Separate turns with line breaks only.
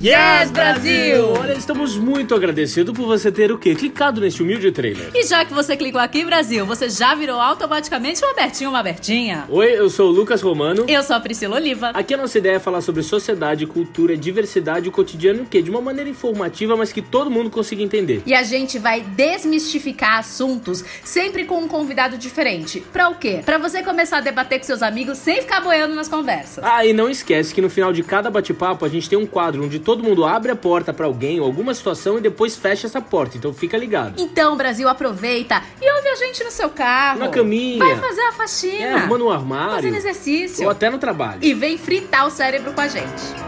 Yes, Brasil!
Olha, estamos muito agradecidos por você ter o quê? Clicado neste humilde trailer.
E já que você clicou aqui, Brasil, você já virou automaticamente um abertinho, uma abertinha.
Oi, eu sou o Lucas Romano.
Eu sou a Priscila Oliva.
Aqui a nossa ideia é falar sobre sociedade, cultura, diversidade, o cotidiano, o quê? De uma maneira informativa, mas que todo mundo consiga entender.
E a gente vai desmistificar assuntos sempre com um convidado diferente. Pra o quê? Pra você começar a debater com seus amigos sem ficar boiando nas conversas.
Ah, e não esquece que no final de cada bate-papo a gente tem um quadro onde todo mundo abre a porta pra alguém ou alguma situação e depois fecha essa porta, então fica ligado.
Então, Brasil, aproveita e ouve a gente no seu carro.
Na caminha.
Vai fazer a
É,
faxina.
arrumando um
fazendo
armário.
exercício.
Ou até no trabalho.
E vem fritar o cérebro com a gente.